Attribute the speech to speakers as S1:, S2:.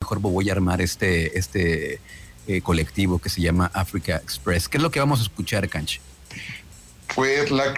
S1: mejor voy a armar este, este eh, colectivo que se llama Africa Express. ¿Qué es lo que vamos a escuchar, Canche?
S2: Pues la